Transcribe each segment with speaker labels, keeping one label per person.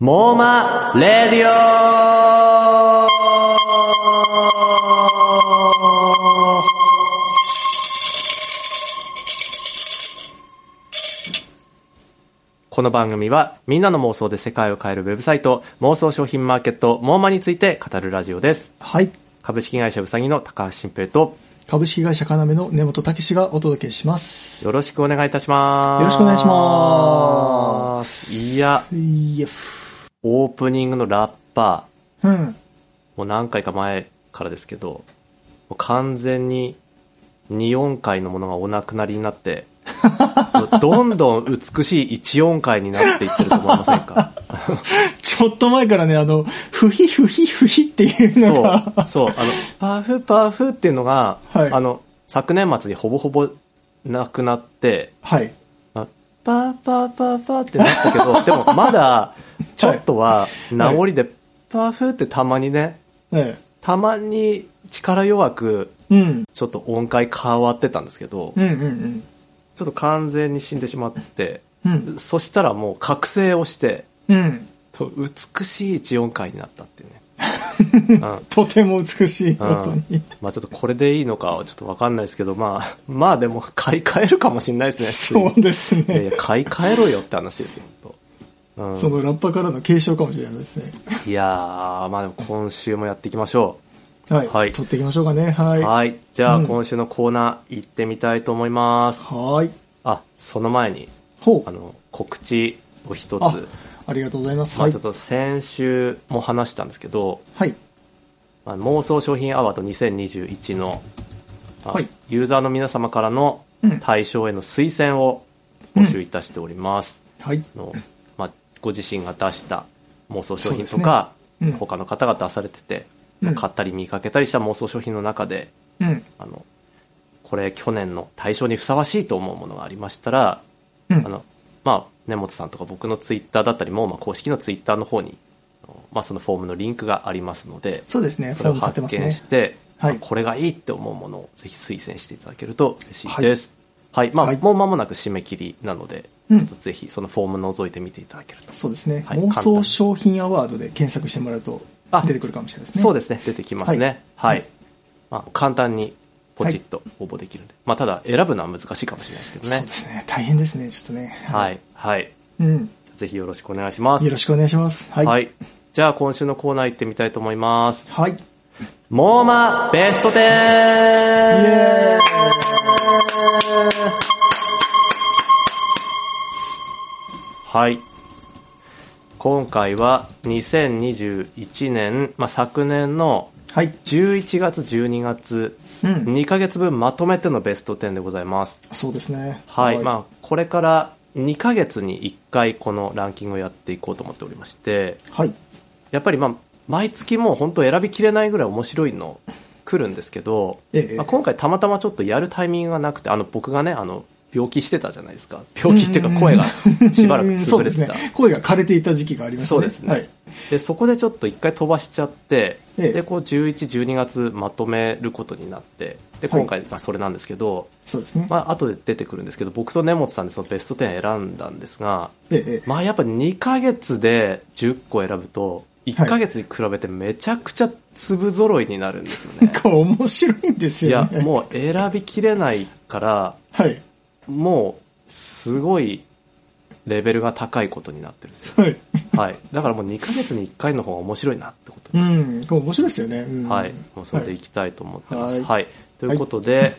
Speaker 1: モーマレディオこの番組はみんなの妄想で世界を変えるウェブサイト妄想商品マーケットモーマについて語るラジオです。
Speaker 2: はい。
Speaker 1: 株式会社うさぎの高橋新平と
Speaker 2: 株式会社かなめの根本武史がお届けします。よ
Speaker 1: よろしくお願いいたします。
Speaker 2: ろしくお願いします。
Speaker 1: いや、
Speaker 2: いや、
Speaker 1: オープニングのラッパー、
Speaker 2: うん。
Speaker 1: もう何回か前からですけど、もう完全に2音階のものがお亡くなりになって、もうどんどん美しい1音階になっていってると思いませんか
Speaker 2: ちょっと前からね、あの、ふひふひふひっていうのが、
Speaker 1: そう、そう、あの、パフパフっていうのが、
Speaker 2: はい
Speaker 1: あの、昨年末にほぼほぼなくなって、
Speaker 2: はい。
Speaker 1: まあパーパーパーパーってなったけど、でもまだ、ちょっとは名残で、パーフーってたまにね、
Speaker 2: え
Speaker 1: たまに力弱く、
Speaker 2: え。うん。
Speaker 1: ちょっと音階変わってたんですけど、
Speaker 2: うんうんうん。
Speaker 1: ちょっと完全に死んでしまって、
Speaker 2: うん。
Speaker 1: そしたらもう覚醒をして、
Speaker 2: うん。
Speaker 1: と美しい一音階になったっていうね。うん
Speaker 2: とても美しいこと に。
Speaker 1: まあちょっとこれでいいのかはちょっとわかんないですけど、まあ、まあでも買い替えるかもしれないですね。
Speaker 2: そうです
Speaker 1: いやい
Speaker 2: ね。
Speaker 1: や、買い替えろよって話ですよ、ほんとうん
Speaker 2: そのラッパからの継承かもしれないですね。
Speaker 1: いやー、まあでも今週もやっていきましょ
Speaker 2: はい。
Speaker 1: はい
Speaker 2: 取っていきましょうかね。は
Speaker 1: う。
Speaker 2: い。は
Speaker 1: はい。じゃあ
Speaker 2: うん
Speaker 1: 今週のコーナー行ってみたいと思います。
Speaker 2: ーい。
Speaker 1: あ、その前に、
Speaker 2: ほ
Speaker 1: あ
Speaker 2: う。
Speaker 1: の、告知を一
Speaker 2: あ
Speaker 1: つ。、
Speaker 2: ありがとうございます。
Speaker 1: ま
Speaker 2: は
Speaker 1: あ
Speaker 2: い
Speaker 1: ちょっ。と先週も話したんですけど、
Speaker 2: はい。
Speaker 1: まあ妄想商品アワード2021の、まあ
Speaker 2: はい
Speaker 1: ユーザーの皆様からの
Speaker 2: うん
Speaker 1: 対象への推薦を募集いたしております。
Speaker 2: はい。
Speaker 1: あのまあ、ご自身が出した妄想商品と
Speaker 2: そう
Speaker 1: か、
Speaker 2: ですねうん
Speaker 1: 他の方が出されてて、
Speaker 2: うん
Speaker 1: 買ったり見かけたりした妄想商品の中で
Speaker 2: うん。
Speaker 1: あのこれ去年の対象にふさわしいと思うものがありましたら、
Speaker 2: うん
Speaker 1: あ。のまあ、根本さんとか僕のツイッターだったりも、まあ、公式のツイッターの方に、あのまあ、そのフォームのリンクがありますので
Speaker 2: そうですね。
Speaker 1: そ
Speaker 2: フ
Speaker 1: れ
Speaker 2: ォー
Speaker 1: を
Speaker 2: ム貼って
Speaker 1: 発
Speaker 2: ま
Speaker 1: 見
Speaker 2: すね。
Speaker 1: して、
Speaker 2: はい
Speaker 1: あこれがいいって思うものをぜひ推薦していただけると嬉しいです。はい、まあ、
Speaker 2: はい
Speaker 1: もう間もなく締め切りなので、
Speaker 2: うん
Speaker 1: ちょっとぜひそのフォーム覗いてみていただけると。
Speaker 2: そうですね、
Speaker 1: はい
Speaker 2: 妄
Speaker 1: 簡単
Speaker 2: 想
Speaker 1: に
Speaker 2: 商品アワードで検索してもらうと
Speaker 1: あ
Speaker 2: 出てくるかもしれないですね。
Speaker 1: そう
Speaker 2: で
Speaker 1: ですね、出てきますね。はい。まあ、簡単にポチッと応募できるんで。まあ、ただ選ぶのは難しいかもしれないですけど
Speaker 2: そう
Speaker 1: ね
Speaker 2: で。すね。大変ですね、ちょっとね。。
Speaker 1: はいい。はい。
Speaker 2: うん。
Speaker 1: ぜひよろしくお願いします。
Speaker 2: よろしくお願いします。はい。
Speaker 1: は
Speaker 2: はい。
Speaker 1: い。じゃあ、今週のコーナー行ってみたいと思います。モーマベスト 10! イ
Speaker 2: イエ
Speaker 1: はい。今回は2021年、まあ、昨年の
Speaker 2: ーイはい。
Speaker 1: 11月、12月、
Speaker 2: うん。
Speaker 1: 2ヶ月分まとめてのベスト10でございます。
Speaker 2: そうですね。
Speaker 1: はい。まあ、これから2ヶ月に1回このランキングをやっていこうと思っておりまして、
Speaker 2: あ。はい。
Speaker 1: やっぱりまあ、毎月もう本当選びきれないぐらい面白いの来るんですけど、
Speaker 2: ええ
Speaker 1: まあ、今回たまたまちょっとやるタイミングがなくて、あの、僕がね、あの、病気してたじゃないですか。病気っていうか声がしばらく
Speaker 2: うん そ
Speaker 1: 潰
Speaker 2: う
Speaker 1: れ
Speaker 2: です
Speaker 1: て
Speaker 2: ね
Speaker 1: た。。
Speaker 2: 声が枯れていた時期がありました
Speaker 1: そ
Speaker 2: ね。
Speaker 1: うですね。
Speaker 2: はい。
Speaker 1: で、そこでちょっと一回飛ばしちゃって、
Speaker 2: ええ
Speaker 1: で、こう11、12月まとめることになって、で、今回がそれなんですけど、
Speaker 2: そうですね。
Speaker 1: まあ、後で出てくるんですけど、僕と根本さんでそのベスト10選んだんですが、
Speaker 2: ええええ
Speaker 1: まあやっぱ2ヶ月で10個選ぶと、1ヶ月に比べてめちゃくちゃ粒揃いになるんですよね。
Speaker 2: これ面白いんです
Speaker 1: い
Speaker 2: よ
Speaker 1: や
Speaker 2: ね。、う。
Speaker 1: もう選びきれないから、
Speaker 2: はい。
Speaker 1: もうすごいレベルが高いことになってるんですよ。
Speaker 2: はい。
Speaker 1: はい。だからもう2ヶ月に1回の方が面白いなってこと
Speaker 2: う
Speaker 1: で。
Speaker 2: ん。これ面白いですよね。うん
Speaker 1: はい。もうそれでいきたいと思ってます。
Speaker 2: はい
Speaker 1: はい。ということで、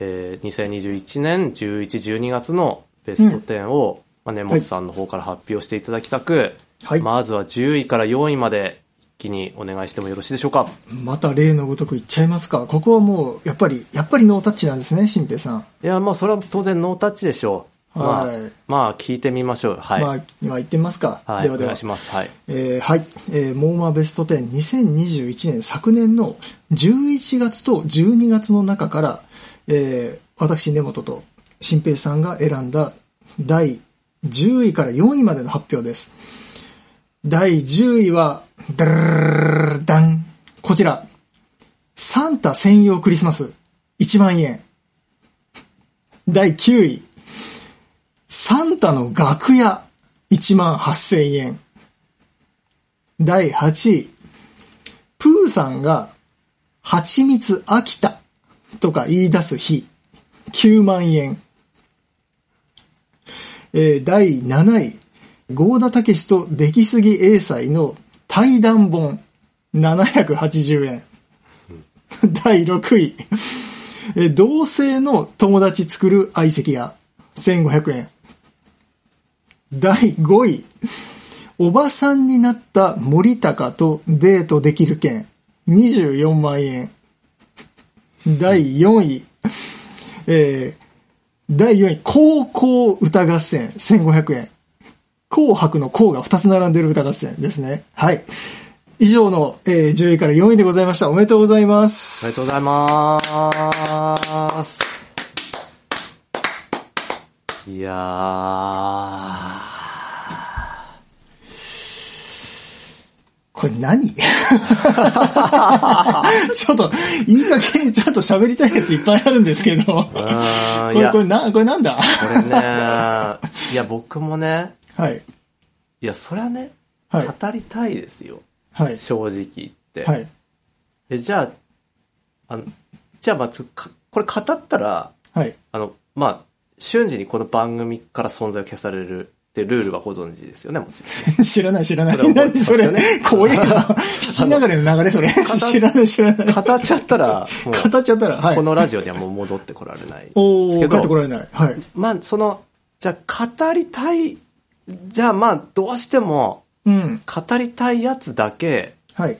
Speaker 1: えー2021年11、12月のベスト10を、まあ、根本さんの方から発表していただきたく、
Speaker 2: はい。
Speaker 1: まずは10位から4位まで一気にお願いしてもよろしいでしょうか。
Speaker 2: また例のごとく言っちゃいますか。ここはもう、やっぱり、やっぱりノータッチなんですね、新平さん。
Speaker 1: いや、まあそれは当然ノータッチでしょう。まあ
Speaker 2: はい、
Speaker 1: まあ聞いてみましょう。はい。
Speaker 2: まあ、今言ってみますか。
Speaker 1: はい、
Speaker 2: では
Speaker 1: お
Speaker 2: で
Speaker 1: 願
Speaker 2: はい
Speaker 1: し。ます。はい。
Speaker 2: えーはい。えーモーマーベスト10 2021年昨年の11月と12月の中から、えー私、根本と新平さんが選んだ第10位から4位までの発表です。第10位は、ダルルダン。こちら。サンタ専用クリスマス。1万円。第9位。サンタの楽屋。1万8000円。第8位。プーさんが、蜂蜜飽きたとか言い出す日。9万円。えー第7位。ゴーダたけしと出来すぎ英才の対談本。780円。 第6位。えー同性の友達作る相席屋。1500円。第5位。おばさんになった森高とデートできる券。24万円。第4位。えー第4位、高校歌合戦、1500円。紅白の紅が2つ並んでる歌合戦ですね。はい。以上の、えー10位から4位でございました。おめでとうございま
Speaker 1: おめでとうご
Speaker 2: す。
Speaker 1: ざいます。いやー、
Speaker 2: これ何 ちょっと、いい加減、ちょっと喋りたいやついっぱいあるんですけど。こ
Speaker 1: うん、い
Speaker 2: れ、
Speaker 1: や、
Speaker 2: こ
Speaker 1: こ
Speaker 2: れな、これなんだ
Speaker 1: れね、いや、僕もね、
Speaker 2: はい。
Speaker 1: いや、そりゃね、
Speaker 2: はい
Speaker 1: 語りたいですよ。
Speaker 2: はい。
Speaker 1: 正直言って。
Speaker 2: はい。
Speaker 1: えじゃあ、あの、じゃあ、まあ、つかこれ語ったら、
Speaker 2: はい。
Speaker 1: あの、まあ、瞬時にこの番組から存在を消されるってルールはご存知ですよね、もちろん。
Speaker 2: 知らない知らない。
Speaker 1: それは覚えて
Speaker 2: 何
Speaker 1: ます
Speaker 2: それ
Speaker 1: よね。
Speaker 2: 怖いな。七流れの流れそれ。知らない知らない。
Speaker 1: 語っちゃった ら、もう、
Speaker 2: 語っちゃったら、はい
Speaker 1: こ。のラジオにはもう戻ってこられない。
Speaker 2: お
Speaker 1: ですけ
Speaker 2: ー、
Speaker 1: ど
Speaker 2: 帰ってこられない。はい。
Speaker 1: まあ、その、じゃあ語りたい、じゃあまあ、どうしても、
Speaker 2: うん。
Speaker 1: 語りたいやつだけ、
Speaker 2: はい。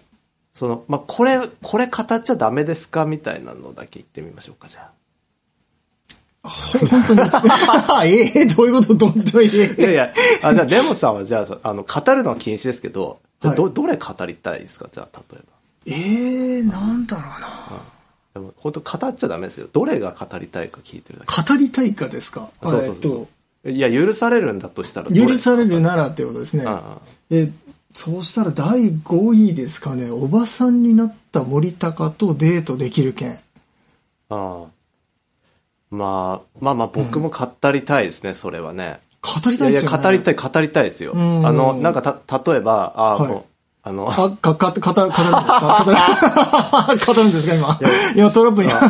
Speaker 1: その、まあ、これ、これ語っちゃダメですかみたいなのだけ言ってみましょうか、じゃあ。
Speaker 2: 本当に。 ええどういうことどんどん
Speaker 1: いや
Speaker 2: ええ
Speaker 1: いや、 あ、じゃあ、デモさんは、じゃあ、あの、語るのは禁止ですけど、じゃあど、
Speaker 2: は
Speaker 1: どれ語りたいですかじゃあ、例え
Speaker 2: ええなんだろうな。
Speaker 1: ば。でも、本当語っちゃダメですよ。どれが語りたいか聞いてるだけ。
Speaker 2: 語りたいかですか
Speaker 1: あそうそうそうそういや、許されるんだとしたら
Speaker 2: え
Speaker 1: ど
Speaker 2: っ
Speaker 1: れ、
Speaker 2: と許されるならってことですね
Speaker 1: うん。うん
Speaker 2: え、そうしたら第5位ですかね。おばさんになった森高とデートできる件。
Speaker 1: ああまあ、まあまあ僕も語りたいですね、それはね。
Speaker 2: 語り
Speaker 1: い
Speaker 2: た
Speaker 1: や
Speaker 2: い
Speaker 1: い
Speaker 2: で
Speaker 1: や、
Speaker 2: すよね。
Speaker 1: 語りたい、語りたいですよ。
Speaker 2: うん
Speaker 1: あの、なんかた、例えば、ああ、
Speaker 2: はい
Speaker 1: もう、あの、
Speaker 2: あ、か、か、語る、語るんですか語る、 語るんですか今。今、トラップに。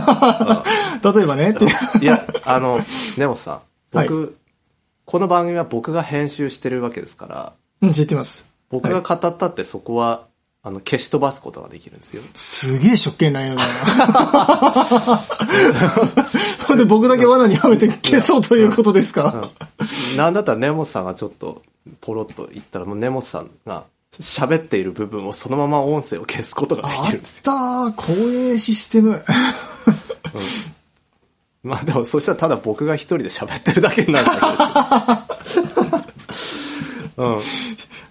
Speaker 2: 例えばね、って。
Speaker 1: いや、あの、根本さん、僕、この番組は僕が編集してるわけですから、
Speaker 2: うん知ってます。
Speaker 1: 僕が語ったってそこは、あの、消し飛ばすことができるんですよ。
Speaker 2: すげえ食券内容だな。 で、僕だけ罠にはめて消そうということですか
Speaker 1: なんだったら根本さんがちょっと、ポロッと言ったら、もう根本さんが喋っている部分をそのまま音声を消すことがで
Speaker 2: あ
Speaker 1: き
Speaker 2: っ
Speaker 1: るんですよ。
Speaker 2: たー、光栄システム。
Speaker 1: まあでも、そしたらただ僕が一人で喋ってるだけになるわけですよ。うん。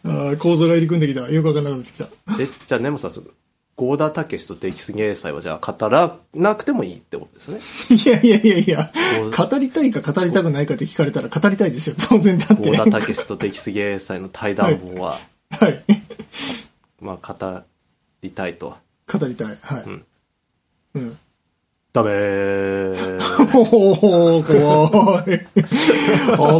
Speaker 2: あー構造が入り組んできた。よくわかんなくなってきた。
Speaker 1: え、じゃあ、ネモさん、その、ゴーダたけしと出来すぎ英才は、じゃあ、語らなくてもいいってことですね。
Speaker 2: いやいやいやいや
Speaker 1: こう、
Speaker 2: 語りたいか語りたくないかって聞かれたら語りたいですよ。当然だっ
Speaker 1: ゴ
Speaker 2: て。
Speaker 1: ーダ
Speaker 2: は
Speaker 1: たけしと出来すぎ英才の対談本は、
Speaker 2: い。
Speaker 1: まあ、語りたいと。
Speaker 2: 語りたい。はい。
Speaker 1: ん
Speaker 2: うん。
Speaker 1: ダメー。
Speaker 2: おー、怖い。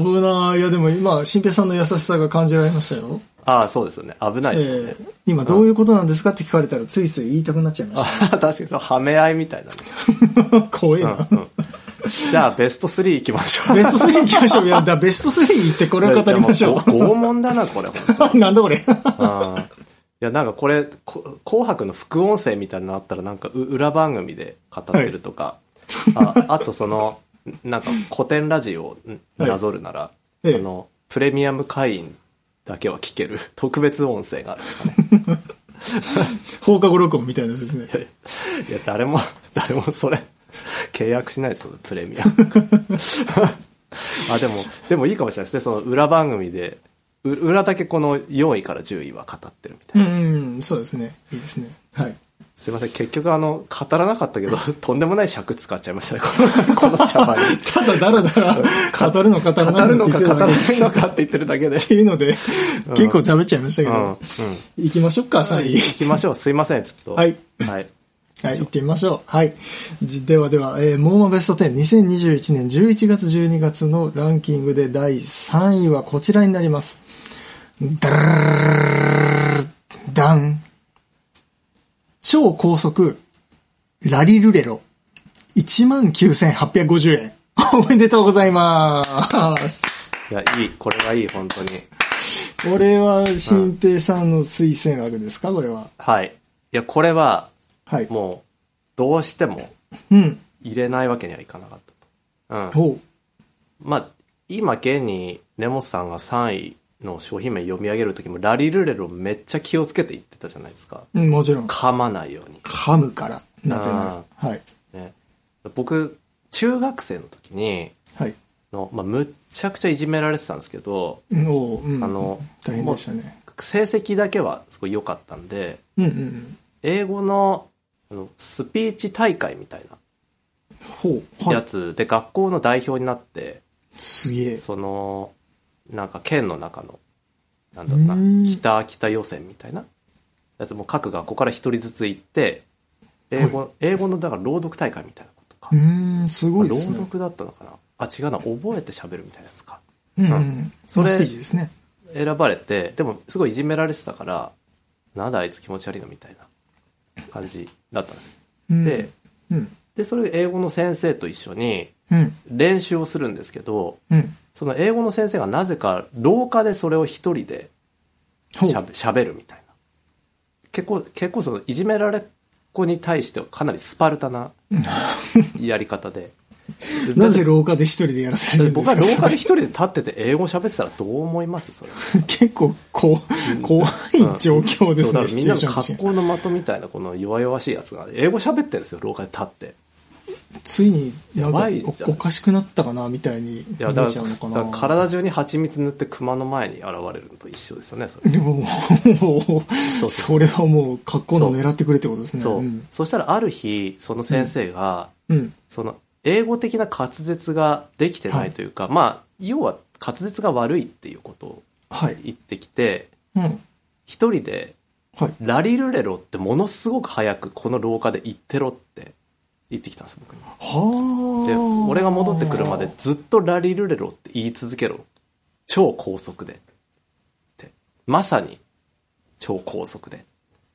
Speaker 2: 危ない。いや、でも今、新平さんの優しさが感じられましたよ。
Speaker 1: ああ、そうですよね。危ない
Speaker 2: え
Speaker 1: ですよね。
Speaker 2: ー今、どういうことなんですかって聞かれたら、ついつい言いたくなっちゃいまし
Speaker 1: 確かに、その、はめ合いみたいなね。
Speaker 2: た。怖いな。
Speaker 1: うんうん。じゃあ、ベスト3行きましょう。
Speaker 2: ベスト3行きましょう。いや、だベスト3行ってこれを語りましょ
Speaker 1: いやもうご拷問だな、これ、本当に
Speaker 2: う。 なんだこれ。
Speaker 1: ああ。いや、なんかこれ、こ紅白の副音声みたいなのあったら、なんかう裏番組で語ってるとか、ああとその、なんか古典ラジオをんなぞるなら、
Speaker 2: え
Speaker 1: あ
Speaker 2: え
Speaker 1: の、プレミアム会員だけは聞ける 特別音声があるとかね。
Speaker 2: 放課後録音みたいなやつですね。
Speaker 1: いや、誰も、誰もそれ、契約しないですよ、プレミ アム。あ、でも、でもいいかもしれないですね、その裏番組で、う裏だけこの4位から10位は語ってるみたいな。
Speaker 2: うん、そうですね。いいですね。はい。
Speaker 1: すいません、結局あの、語らなかったけど、 とんでもない尺使っちゃいましたね、この、この 茶番に。
Speaker 2: ただ、だらだら、語るの語ら
Speaker 1: 語
Speaker 2: ない
Speaker 1: る
Speaker 2: の
Speaker 1: の
Speaker 2: って
Speaker 1: か
Speaker 2: 言
Speaker 1: 語
Speaker 2: っ
Speaker 1: らな
Speaker 2: てただけ
Speaker 1: い
Speaker 2: です
Speaker 1: のかって言ってるだけで。
Speaker 2: っていうので、結構喋っちゃいましたけ
Speaker 1: うん、うん
Speaker 2: ど、。行きましょうか、3位。
Speaker 1: 行きましょう、すいません、ちょっと。
Speaker 2: はい。
Speaker 1: はい。
Speaker 2: はい、行ってみましょう。はい。じではでは、えー、モーマベスト10、2021年11月12月のランキングで第3位はこちらになります。ダララララララララ超高速、ラリルレロ、19,850円。おめでとうございます。
Speaker 1: いや、いい。これはいい、本当に。
Speaker 2: これは、新平さんの推薦枠ですかこれは。
Speaker 1: はい。いや、これは、
Speaker 2: はい。
Speaker 1: もう、どうしても
Speaker 2: うん。
Speaker 1: 入れないわけにはいかなかったと。うん。
Speaker 2: ほう。
Speaker 1: まあ、今現に根本さんが3位の商品名読み上げるときもラリルレロめっちゃ気をつけて言ってたじゃないですか。
Speaker 2: うん、もちろん。
Speaker 1: 噛まないように。
Speaker 2: 噛むから。なぜなら。はい。
Speaker 1: ね、僕、中学生の時に、
Speaker 2: はい。
Speaker 1: の、まあ、むっちゃくちゃいじめられてたんですけど、
Speaker 2: うんおう、うん。
Speaker 1: あの、
Speaker 2: 大変でしたね。
Speaker 1: 成績だけはすごい良かったんで、
Speaker 2: うんうんうん。
Speaker 1: 英語のあのスピーチ大会みたい
Speaker 2: ほう。
Speaker 1: な
Speaker 2: は
Speaker 1: や
Speaker 2: い。
Speaker 1: つで学校の代表になって、
Speaker 2: すげえ。
Speaker 1: その、なんか県の中の、なんだろうな
Speaker 2: うーん、
Speaker 1: 北秋田予選みたいなやつも各学校から一人ずつ行って、英語、英語のだから朗読大会みたいなことか。
Speaker 2: うーん、すごいで
Speaker 1: 朗
Speaker 2: すね。
Speaker 1: 読だったのかなあ、違うな、覚えて喋るみたいなやつか。
Speaker 2: うんうん。そ
Speaker 1: そ
Speaker 2: の
Speaker 1: れ
Speaker 2: スピーチですね。
Speaker 1: 選ばれて、でもすごいいじめられてたから、なんだあいつ気持ち悪いのみたいな感じだったんですよ。
Speaker 2: うん
Speaker 1: で、
Speaker 2: うん。
Speaker 1: で、それ英語の先生と一緒に
Speaker 2: うん。
Speaker 1: 練習をするんですけど、
Speaker 2: うん。
Speaker 1: その英語の先生がなぜか廊下でそれを一人で
Speaker 2: ほ
Speaker 1: しゃ
Speaker 2: う。
Speaker 1: べしゃべるみたいな。結構、結構そのいじめられっ子に対してはかなりスパルタ なやり方で。
Speaker 2: なぜ廊下で一人でやらせ
Speaker 1: だっ
Speaker 2: る
Speaker 1: て
Speaker 2: んで
Speaker 1: 僕は
Speaker 2: すか
Speaker 1: 廊下で
Speaker 2: で
Speaker 1: 一人で立ってて英語喋ってたらどう思いますそれ。
Speaker 2: 結構、こう、怖
Speaker 1: う
Speaker 2: い
Speaker 1: ん
Speaker 2: 状況で
Speaker 1: そ
Speaker 2: す
Speaker 1: うだ
Speaker 2: ね、
Speaker 1: から
Speaker 2: シ
Speaker 1: みん
Speaker 2: チ
Speaker 1: な
Speaker 2: ュエー
Speaker 1: の
Speaker 2: ションとして
Speaker 1: 格好の的みたいなこの弱々しいやつが英語喋ってんですよ廊下で立って
Speaker 2: ついにな
Speaker 1: や
Speaker 2: んか
Speaker 1: ばいじゃん
Speaker 2: おおかしくなったかな、みたいに
Speaker 1: い
Speaker 2: 見え
Speaker 1: やだか
Speaker 2: ちゃ
Speaker 1: ら
Speaker 2: うのか
Speaker 1: だから
Speaker 2: な。
Speaker 1: 体中に蜂蜜塗って熊の前に現れるのと一緒ですよねそれ
Speaker 2: でも、もう、
Speaker 1: う
Speaker 2: それはもう、格好の狙ってくれってことですね。
Speaker 1: そう、
Speaker 2: ん。
Speaker 1: そしたらある日その先生が、
Speaker 2: うん。
Speaker 1: その英語的な滑舌ができてないというか、まあ要は滑舌が悪いっていうことを
Speaker 2: はい。
Speaker 1: 言ってきて
Speaker 2: うん。
Speaker 1: 一人で
Speaker 2: はい。
Speaker 1: 「ラリルレロ」ってものすごく早くこの廊下で言ってろって言ってきたんです僕に。
Speaker 2: はあ。
Speaker 1: で俺が戻ってくるまでずっとラリルレロって言い続けろ超高速でってまさに超高速で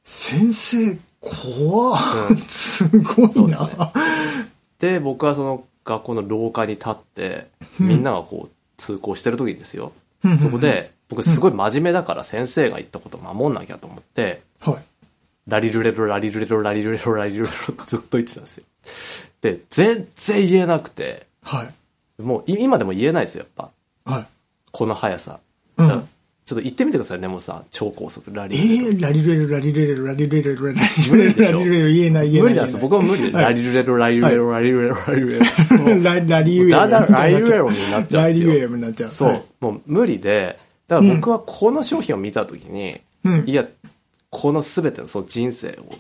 Speaker 2: 先生、怖っ
Speaker 1: うん
Speaker 2: すご
Speaker 1: そ
Speaker 2: いう
Speaker 1: です
Speaker 2: な。
Speaker 1: ねで僕はその学校の廊下に立ってみんながこう通行してる時にですよ
Speaker 2: うん
Speaker 1: そこで僕すごい真面目だから先生が言ったこと守んなきゃと思って
Speaker 2: はい。
Speaker 1: ラリルレロラリルレロラリルレロラリルレロってずっと言ってたんですよで全然言えなくて
Speaker 2: はい。
Speaker 1: もうい今でも言えないですよやっぱ
Speaker 2: はい。
Speaker 1: この速さ
Speaker 2: うん。
Speaker 1: ちょっと行ってみてくださいね、もうさん。超高速、ラ
Speaker 2: え
Speaker 1: リー。
Speaker 2: ー、ラリルレル、ラリルレル、ラリルレル、ラリル
Speaker 1: 無
Speaker 2: レ
Speaker 1: 理
Speaker 2: ル、
Speaker 1: で
Speaker 2: ラ
Speaker 1: しょ
Speaker 2: リルレル、言えない、言えない。
Speaker 1: 無理なんですよ。僕も無理で。
Speaker 2: はい
Speaker 1: ラリルレロ、ラリルレロ、ラリルレロ、ラリルレロ。もう
Speaker 2: ララリウエロ。
Speaker 1: だんだんラリルレロになっちゃうん
Speaker 2: ラ
Speaker 1: で
Speaker 2: リ
Speaker 1: す
Speaker 2: ウエ
Speaker 1: よ
Speaker 2: ロ。になっちゃう。
Speaker 1: そ
Speaker 2: は
Speaker 1: う
Speaker 2: い。。
Speaker 1: もう無理で、だから僕はこの商品を見たときに、
Speaker 2: うん
Speaker 1: いや、この全てのその人生を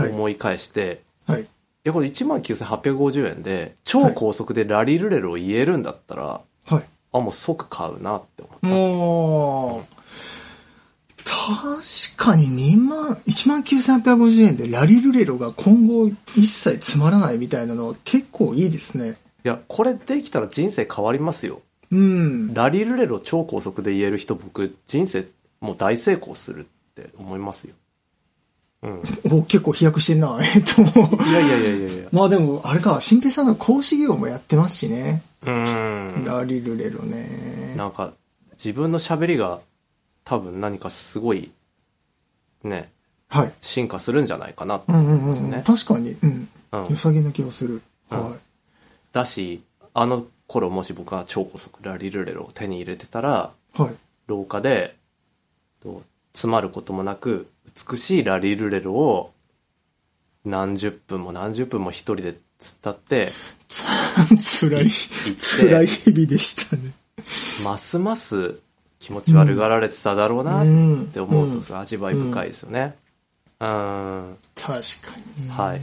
Speaker 2: はい
Speaker 1: 思い返して、
Speaker 2: はい。
Speaker 1: いや、これ19,850円で、超高速でラリルレロを言えるんだったら、
Speaker 2: はい。
Speaker 1: あ、もう即買うなって思った。
Speaker 2: もう、確かに2万、19,850円でラリルレロが今後一切つまらないみたいなのは結構いいですね。
Speaker 1: いや、これできたら人生変わりますよ。
Speaker 2: うん。
Speaker 1: ラリルレロ超高速で言える人僕人生もう大成功するって思いますよ。うん。
Speaker 2: お、結構飛躍してんな。 えっと、
Speaker 1: いやいやいやいやいや。
Speaker 2: まあでも、あれか、新平さんの講師業もやってますしね。
Speaker 1: うーん。
Speaker 2: ラリルレロね。
Speaker 1: なんか自分の喋りが多分何かすごいね、
Speaker 2: はい。
Speaker 1: 進化するんじゃないかなって
Speaker 2: うんう
Speaker 1: 思い
Speaker 2: ん
Speaker 1: ます
Speaker 2: うんうん。
Speaker 1: ね。
Speaker 2: 確かに、うん。
Speaker 1: うん
Speaker 2: 良。さげな気がする。
Speaker 1: うん
Speaker 2: は
Speaker 1: だし、あの頃もし僕が超高速ラリルレロを手に入れてたら、
Speaker 2: い。はい。
Speaker 1: 廊下で、と詰まることもなく、美しいラリルレロを何十分も何十分も一人で突っ立って、
Speaker 2: つ 辛い、
Speaker 1: って
Speaker 2: 辛い日々でしたね。
Speaker 1: ますます気持ち悪がられてただろうなって思うと、
Speaker 2: うん
Speaker 1: それ味わい深いですよね。うーん。
Speaker 2: 確かに。
Speaker 1: はい。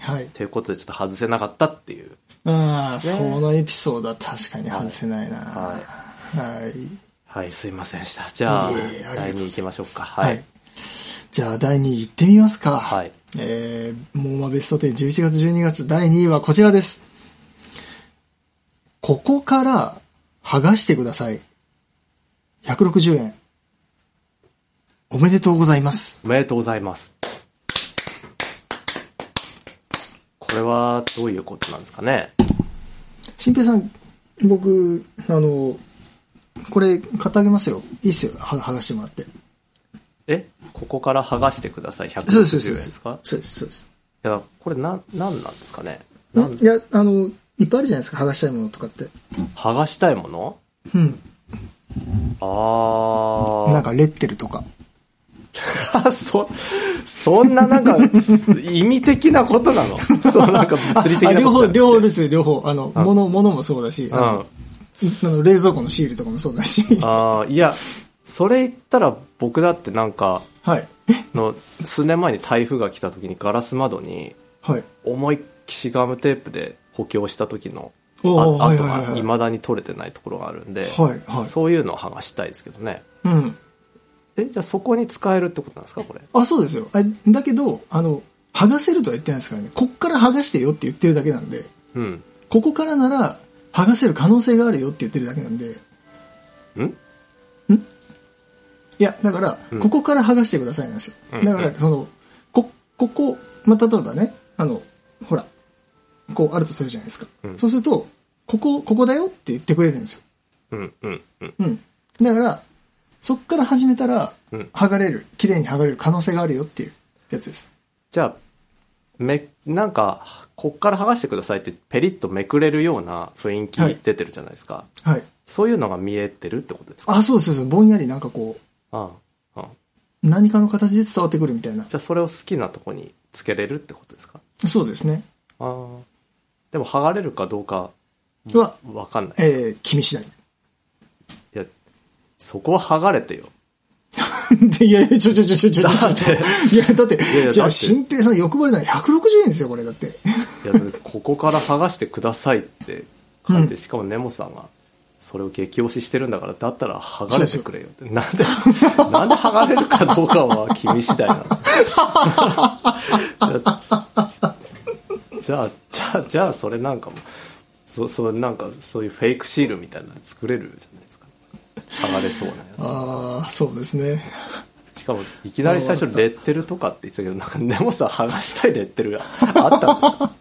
Speaker 2: はい。
Speaker 1: ということでちょっと外せなかったっていう。
Speaker 2: ああ、
Speaker 1: ね
Speaker 2: そのエピソードは確かに外せないな。
Speaker 1: は
Speaker 2: はい。はい。
Speaker 1: はい、すいませんでした。じゃあ
Speaker 2: いえいえありがとうございます、
Speaker 1: 第2行きましょうか。はい。
Speaker 2: じゃあ、第2位行ってみますか。
Speaker 1: はい。
Speaker 2: えー、モーマベスト10 11月12月第2位はこちらです。ここから剥がしてください。160円。おめでとうございます。
Speaker 1: おめでとうございます。これはどういうことなんですかね。
Speaker 2: 新平さん、僕、あの、これ、買ってあげますよ。いいっすよ。は剥がしてもらって。
Speaker 1: えここから剥がしてください。
Speaker 2: そうです、
Speaker 1: 160円
Speaker 2: そうで
Speaker 1: です
Speaker 2: す。
Speaker 1: か
Speaker 2: そうです、そうです。
Speaker 1: いや、これなん、なんなんですかね。なん
Speaker 2: いや、あの、いっぱいあるじゃないですか。剥がしたいものとかって。
Speaker 1: 剥がしたいもの
Speaker 2: うん。
Speaker 1: あー。
Speaker 2: なんか、レッテルとか。
Speaker 1: あ そ、そんななんか、す意味的なこと なのそう、なんか物理的
Speaker 2: あ
Speaker 1: な
Speaker 2: 両
Speaker 1: ことじゃなく
Speaker 2: 方、
Speaker 1: て
Speaker 2: 両方ですよ、両方。あの、物、物もそうだし、あ
Speaker 1: うん
Speaker 2: の、。あの冷蔵庫のシールとかもそうだし。
Speaker 1: ああ、いや、それ言ったら僕だってなんか、
Speaker 2: はい。
Speaker 1: の、数年前に台風が来た時にガラス窓に
Speaker 2: はい。
Speaker 1: 思いっきしガムテープで補強した時の、
Speaker 2: おー
Speaker 1: あ
Speaker 2: はい
Speaker 1: と
Speaker 2: はいはい
Speaker 1: が未だに取れてないところがあるんで、
Speaker 2: はい、はい。
Speaker 1: そういうのを剥がしたいですけどね。
Speaker 2: うん。
Speaker 1: え、じゃあそこに使えるってことなんですか、これ。
Speaker 2: あ、そうですよ。あだけど、あの、剥がせるとは言ってないですからね。こっから剥がしてよって言ってるだけなんで、
Speaker 1: うん。
Speaker 2: ここからなら剥がせる可能性があるよって言ってるだけなんで、
Speaker 1: ん
Speaker 2: いや、だから、
Speaker 1: うん
Speaker 2: ここから剥がしてくださいなんですよ。
Speaker 1: うん
Speaker 2: だか
Speaker 1: う
Speaker 2: ら、
Speaker 1: ん
Speaker 2: その、こ、ここ、まあ、例えばね、あの、ほら、こうあるとするじゃないですか。
Speaker 1: うん
Speaker 2: そうすると、ここ、ここだよって言ってくれるんですよ。
Speaker 1: うん、うん、うん。
Speaker 2: うん。だから、そっから始めたら、
Speaker 1: うん
Speaker 2: 剥がれる、綺麗に剥がれる可能性があるよっていうやつです。
Speaker 1: じゃあ、め、なんか、こっから剥がしてくださいってペリッとめくれるような雰囲気
Speaker 2: はい
Speaker 1: 出てるじゃないですか。
Speaker 2: はい。
Speaker 1: そういうのが見えてるってことですか
Speaker 2: あ、そうですそうです。ぼんやりなんかこう、
Speaker 1: ああああ
Speaker 2: 何かの形で伝わってくるみたいな。
Speaker 1: じゃあそれを好きなとこにつけれるってことですか
Speaker 2: そうですね。
Speaker 1: ああ。でも剥がれるかどうか
Speaker 2: は、
Speaker 1: わかんない。い
Speaker 2: えー、君次第。
Speaker 1: や、そこは剥がれてよ。
Speaker 2: でいやいや、ちょちょちょちょちょちょ。いや、だって
Speaker 1: いやだっ、て
Speaker 2: じゃあ、新平さん欲張りなの160円ですよ、これ、だって。
Speaker 1: いや、ここから剥がしてくださいって書いて、しかも根本さんが、それを激推ししてるんだから、だったら剥がれてくれよって。なんで、なんで剥がれるかどうかは君次第なの。じゃあ、じゃあ、じゃあ、それなんかも、そ、そう、なんか、そういうフェイクシールみたいなの作れるじゃないですか。剥がれそうなや
Speaker 2: ああ、そうですね。
Speaker 1: つ。しかも、いきなり最初、レッテルとかって言ってたけど、なんか、根本さん剥がしたいレッテルがあったんですか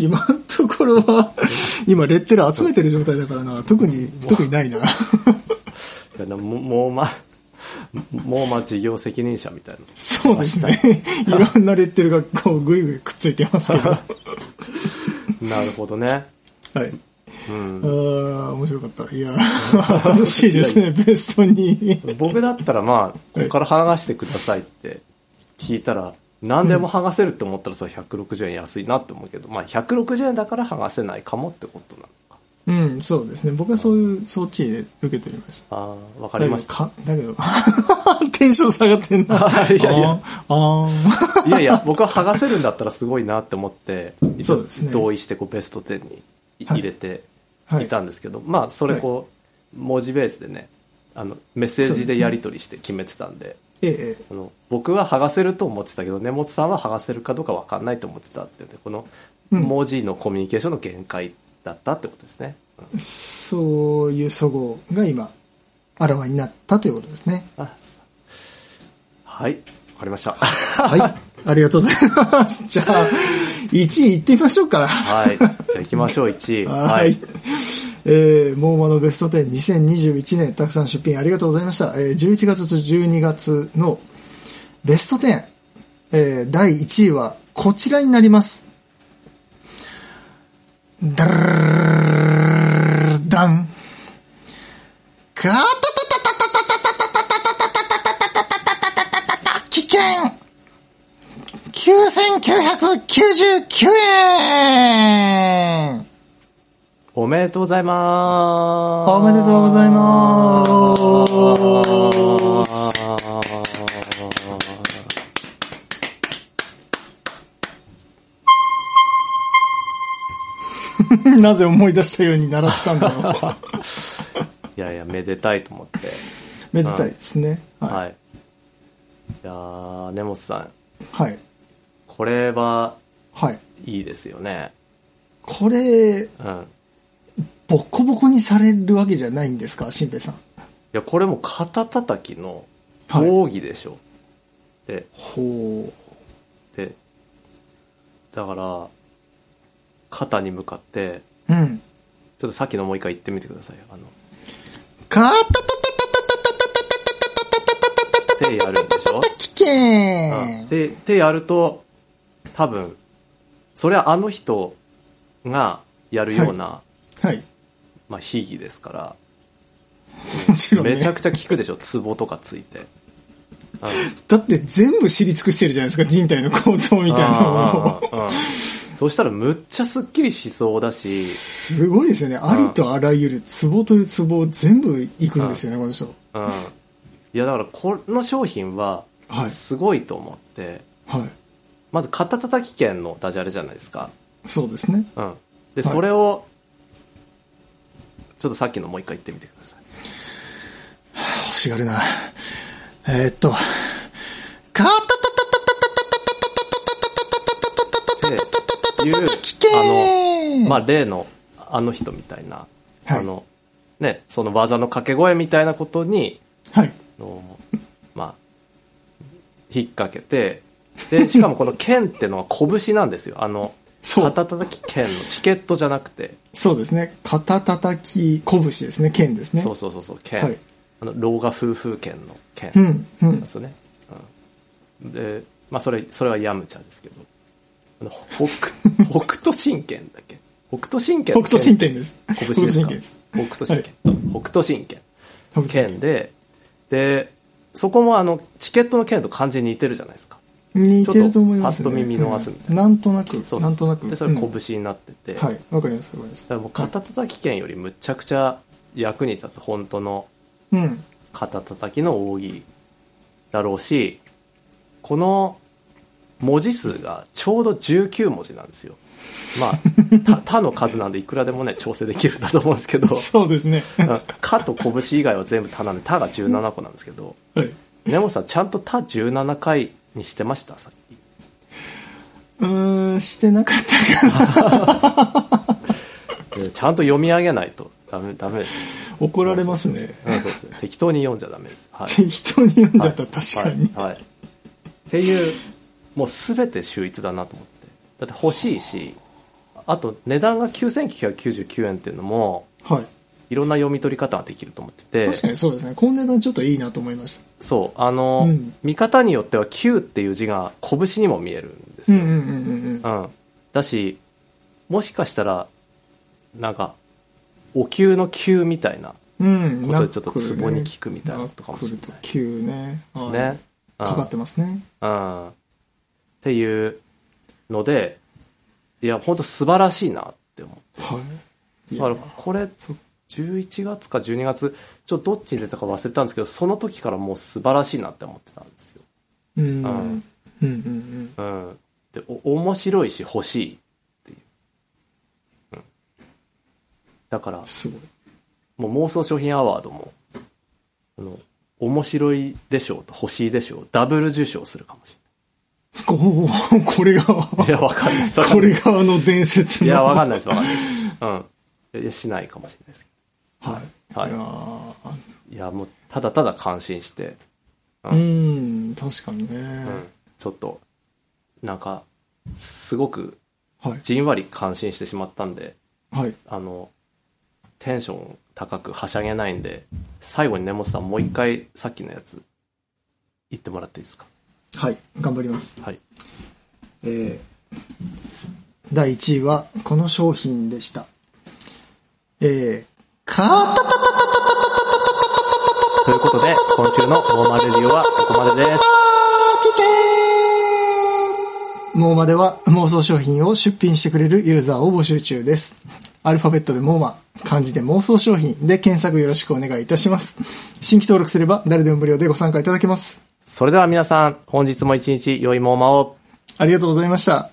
Speaker 2: 今のところは、今、レッテル集めてる状態だからな、特に、特にないな。
Speaker 1: いやなももうまもうま事業責任者みたいな
Speaker 2: そうですね。いろんなレッテルが、こう、ぐいぐいくっついてますけど。は
Speaker 1: なるほどね
Speaker 2: い。
Speaker 1: うん
Speaker 2: ああ、面白かった。いや、楽しいですね、ベストに。
Speaker 1: 僕だったらまあここから剥がしてくださいって聞いたら何でも剥がせるって思ったらそれ160円安いなって思うけど、まあ160円だから剥がせないかもってことなのか
Speaker 2: うん、そうですね。僕はそういう、そっちで受けておりました。
Speaker 1: ああわかりました
Speaker 2: かだけど、 テンション下がってんな。
Speaker 1: いやいや
Speaker 2: あー。あー
Speaker 1: い やいや僕は剥がせるんだったらすごいなって思って一
Speaker 2: そ
Speaker 1: 応
Speaker 2: うですね
Speaker 1: 同意してこうベスト10にい
Speaker 2: はい
Speaker 1: 入れて
Speaker 2: はい
Speaker 1: いたんですけど、まあそれこう文字ベースでねあのメッセージでやり取りして決めてたんで。
Speaker 2: ええ、
Speaker 1: あの僕は剥がせると思ってたけど根本さんは剥がせるかどうか分かんないと思ってたっていうねこの
Speaker 2: うん
Speaker 1: 文字のコミュニケーションの限界だったってことですね、うん
Speaker 2: ええそういうそごうが今、あらわになったということで すね。
Speaker 1: はい分かりました
Speaker 2: はい。ありがとうございます。じゃあ、1位いってみましょうか。
Speaker 1: はいじゃあ行きましょう1位
Speaker 2: はい。えー、モーマのベスト10 2021年たくさん出品ありがとうございました。えー、11月と12月のベスト10、えー、第1位はこちらになります。ダルルダン。カタタタタタタタタタタタタタタタタタ危険 !9999 円
Speaker 1: おめでとうございます
Speaker 2: おめでとうございます。 なぜ思い出したように鳴らしたんだろ う。
Speaker 1: いやいやめでたいと思って
Speaker 2: めでたいですね。は
Speaker 1: はいいやー根本さん
Speaker 2: い。はい。
Speaker 1: これは
Speaker 2: はい。
Speaker 1: いいですよね
Speaker 2: これ、
Speaker 1: うん
Speaker 2: ボコボコにされるわけじゃないんですか、新平さん。
Speaker 1: いや、これも肩叩きの
Speaker 2: はい
Speaker 1: 奥義でしょ。
Speaker 2: ほう。
Speaker 1: で、で、だから、肩に向かって、
Speaker 2: うん。
Speaker 1: ちょっとさっきのもう一回言ってみてください。あの、
Speaker 2: かたたたた
Speaker 1: 手やるんでしょ
Speaker 2: きけ
Speaker 1: うん
Speaker 2: ん。
Speaker 1: で、手やると、多分、それはあの人がやるような、
Speaker 2: はい。
Speaker 1: まあ、秘技ですから、
Speaker 2: もちろんね。
Speaker 1: めちゃくちゃ効くでしょ、ツボとかついて。あの
Speaker 2: だって全部知り尽くしてるじゃないですか、人体の構造みたいなのを。
Speaker 1: うんうんうんうんそしたらむっちゃすっきりしそうだし、
Speaker 2: すごいですよね。ありとあらゆるツボというツボを全部いくんですよね、この人。
Speaker 1: うん、いやだからこの商品は
Speaker 2: はい
Speaker 1: すごいと思って、
Speaker 2: は
Speaker 1: まず肩たたき券のダジャレじゃないですか、
Speaker 2: い。そうですね。
Speaker 1: うん、でそれを、ちょっとさっきのもう一回言ってみてください
Speaker 2: 欲しがるな。えー、っと、かたたた
Speaker 1: っていう
Speaker 2: きけ
Speaker 1: あ
Speaker 2: ん
Speaker 1: の、まあ、例のあの人みたいな、
Speaker 2: はい
Speaker 1: あのね、その技の掛け声みたいなことに
Speaker 2: はい。
Speaker 1: の、まあ、引っ掛けて、で、しかもこの剣ってのは拳なんですよ。あの、
Speaker 2: そう
Speaker 1: 肩たたき剣のチケットじゃなくて、
Speaker 2: そうですね。肩たたき拳ですね、剣ですね。
Speaker 1: そうそうそうそう、剣。
Speaker 2: はい
Speaker 1: あの、老化夫婦剣の剣
Speaker 2: う
Speaker 1: なん
Speaker 2: ん、うん
Speaker 1: で。すね。うん、で、まあ、それ、それはヤムチャですけど、あの、北、北斗神拳だっけ北斗神拳
Speaker 2: 北
Speaker 1: の
Speaker 2: 斗神拳です。
Speaker 1: 拳で
Speaker 2: 北
Speaker 1: すか
Speaker 2: 斗神拳です。
Speaker 1: 北斗神拳。北斗神拳。
Speaker 2: 北斗神
Speaker 1: 剣で、で、そこもあの、チケットの剣と漢字似てるじゃないですか。
Speaker 2: 似てると思いますね。
Speaker 1: ちょっとパッと見見逃すみたい
Speaker 2: な。なんとなく、
Speaker 1: そうそうそう
Speaker 2: なんとなく。
Speaker 1: でそれ
Speaker 2: うん
Speaker 1: 拳になってて、
Speaker 2: は
Speaker 1: だ
Speaker 2: い、わかります、わかります
Speaker 1: か。らもう肩たたき剣よりむちゃくちゃ役に立つ本当の
Speaker 2: うん。
Speaker 1: 肩たたきの扇だろうしこの文字数がちょうど19文字なんですよま あた他の数なんでいくらでもね調整できるんだと思うんですけど
Speaker 2: そうですね。
Speaker 1: うん「か」と「拳」以外は全部「た」なんで「た」が17個なんですけど
Speaker 2: はい。
Speaker 1: 根本さんちゃんと「た」17回にしてましたさっき
Speaker 2: うーん、してなかったかな。
Speaker 1: うんちゃんと読み上げないとダメダメですよ
Speaker 2: 怒られますね。
Speaker 1: うんそうですね適当に読んじゃダメですはい
Speaker 2: 適当に読んじゃった、確かに。
Speaker 1: はいはい、っていうもう全て秀逸だなと思ってだって欲しいしあと値段が9999円っていうのも
Speaker 2: はい。
Speaker 1: いろんな読み取り方ができると思ってて
Speaker 2: 確かにそうですね。この値段ちょっといいなと思いまし
Speaker 1: そうあの、
Speaker 2: うん
Speaker 1: 見方によっては9っていう字が拳にも見えるんで
Speaker 2: た。
Speaker 1: す
Speaker 2: うん
Speaker 1: よ、
Speaker 2: うんうんうん
Speaker 1: うんだしもしかしたらなんかお灸の灸みたいな
Speaker 2: うん。うん。
Speaker 1: ことでちょっとツ
Speaker 2: ツ
Speaker 1: ボ
Speaker 2: ボ
Speaker 1: に効くみたいなことかもしれない
Speaker 2: と9ね。はい
Speaker 1: ね、うん
Speaker 2: かかってますね。
Speaker 1: うんっていうので、いや、本当素晴らしいなって思う。
Speaker 2: はい。いや
Speaker 1: だから、これ、
Speaker 2: そ
Speaker 1: 11月か12月、ちょっとどっちに出たか忘れたんですけど、その時からもう素晴らしいなって思ってたんですよ。
Speaker 2: うん。うん
Speaker 1: う
Speaker 2: うん
Speaker 1: ん
Speaker 2: うん。
Speaker 1: うん。で、お面白いし欲しいっていう。うん。だから、
Speaker 2: すごい。
Speaker 1: もう妄想商品アワードも、あの、面白いでしょうと欲しいでしょう、ダブル受賞するかもし
Speaker 2: おおこれが、
Speaker 1: れない。いや、わかんない。そ
Speaker 2: これがあの伝説
Speaker 1: い
Speaker 2: の。
Speaker 1: や、わかんないです、わかんないです。うん。いや、しないかもしれないです
Speaker 2: はい。
Speaker 1: はい
Speaker 2: いや
Speaker 1: け
Speaker 2: ー
Speaker 1: ど。いや、もう、ただただ感心して、
Speaker 2: うん、確かにね。
Speaker 1: うん。ちょっと、なんか、すごく、
Speaker 2: はい。
Speaker 1: じんわり感心してしまったんで、
Speaker 2: はい。
Speaker 1: あの、テンション高くはしゃげないんで、最後に根本さん、もう一回、さっきのやつ、言ってもらっていいですか。
Speaker 2: はい。頑張ります。
Speaker 1: はい。
Speaker 2: えー第1位はこの商品でした。えー、かたた
Speaker 1: ということで、今週のモーマルリューはここまでです。
Speaker 2: きけーモーマでは妄想商品を出品してくれるユーザーを募集中です。アルファベットでモーマ、漢字で妄想商品で検索よろしくお願いいたします。新規登録すれば誰でも無料でご参加いただけます。
Speaker 1: それでは皆さん、本日も一日良いモーマを。
Speaker 2: ありがとうございました。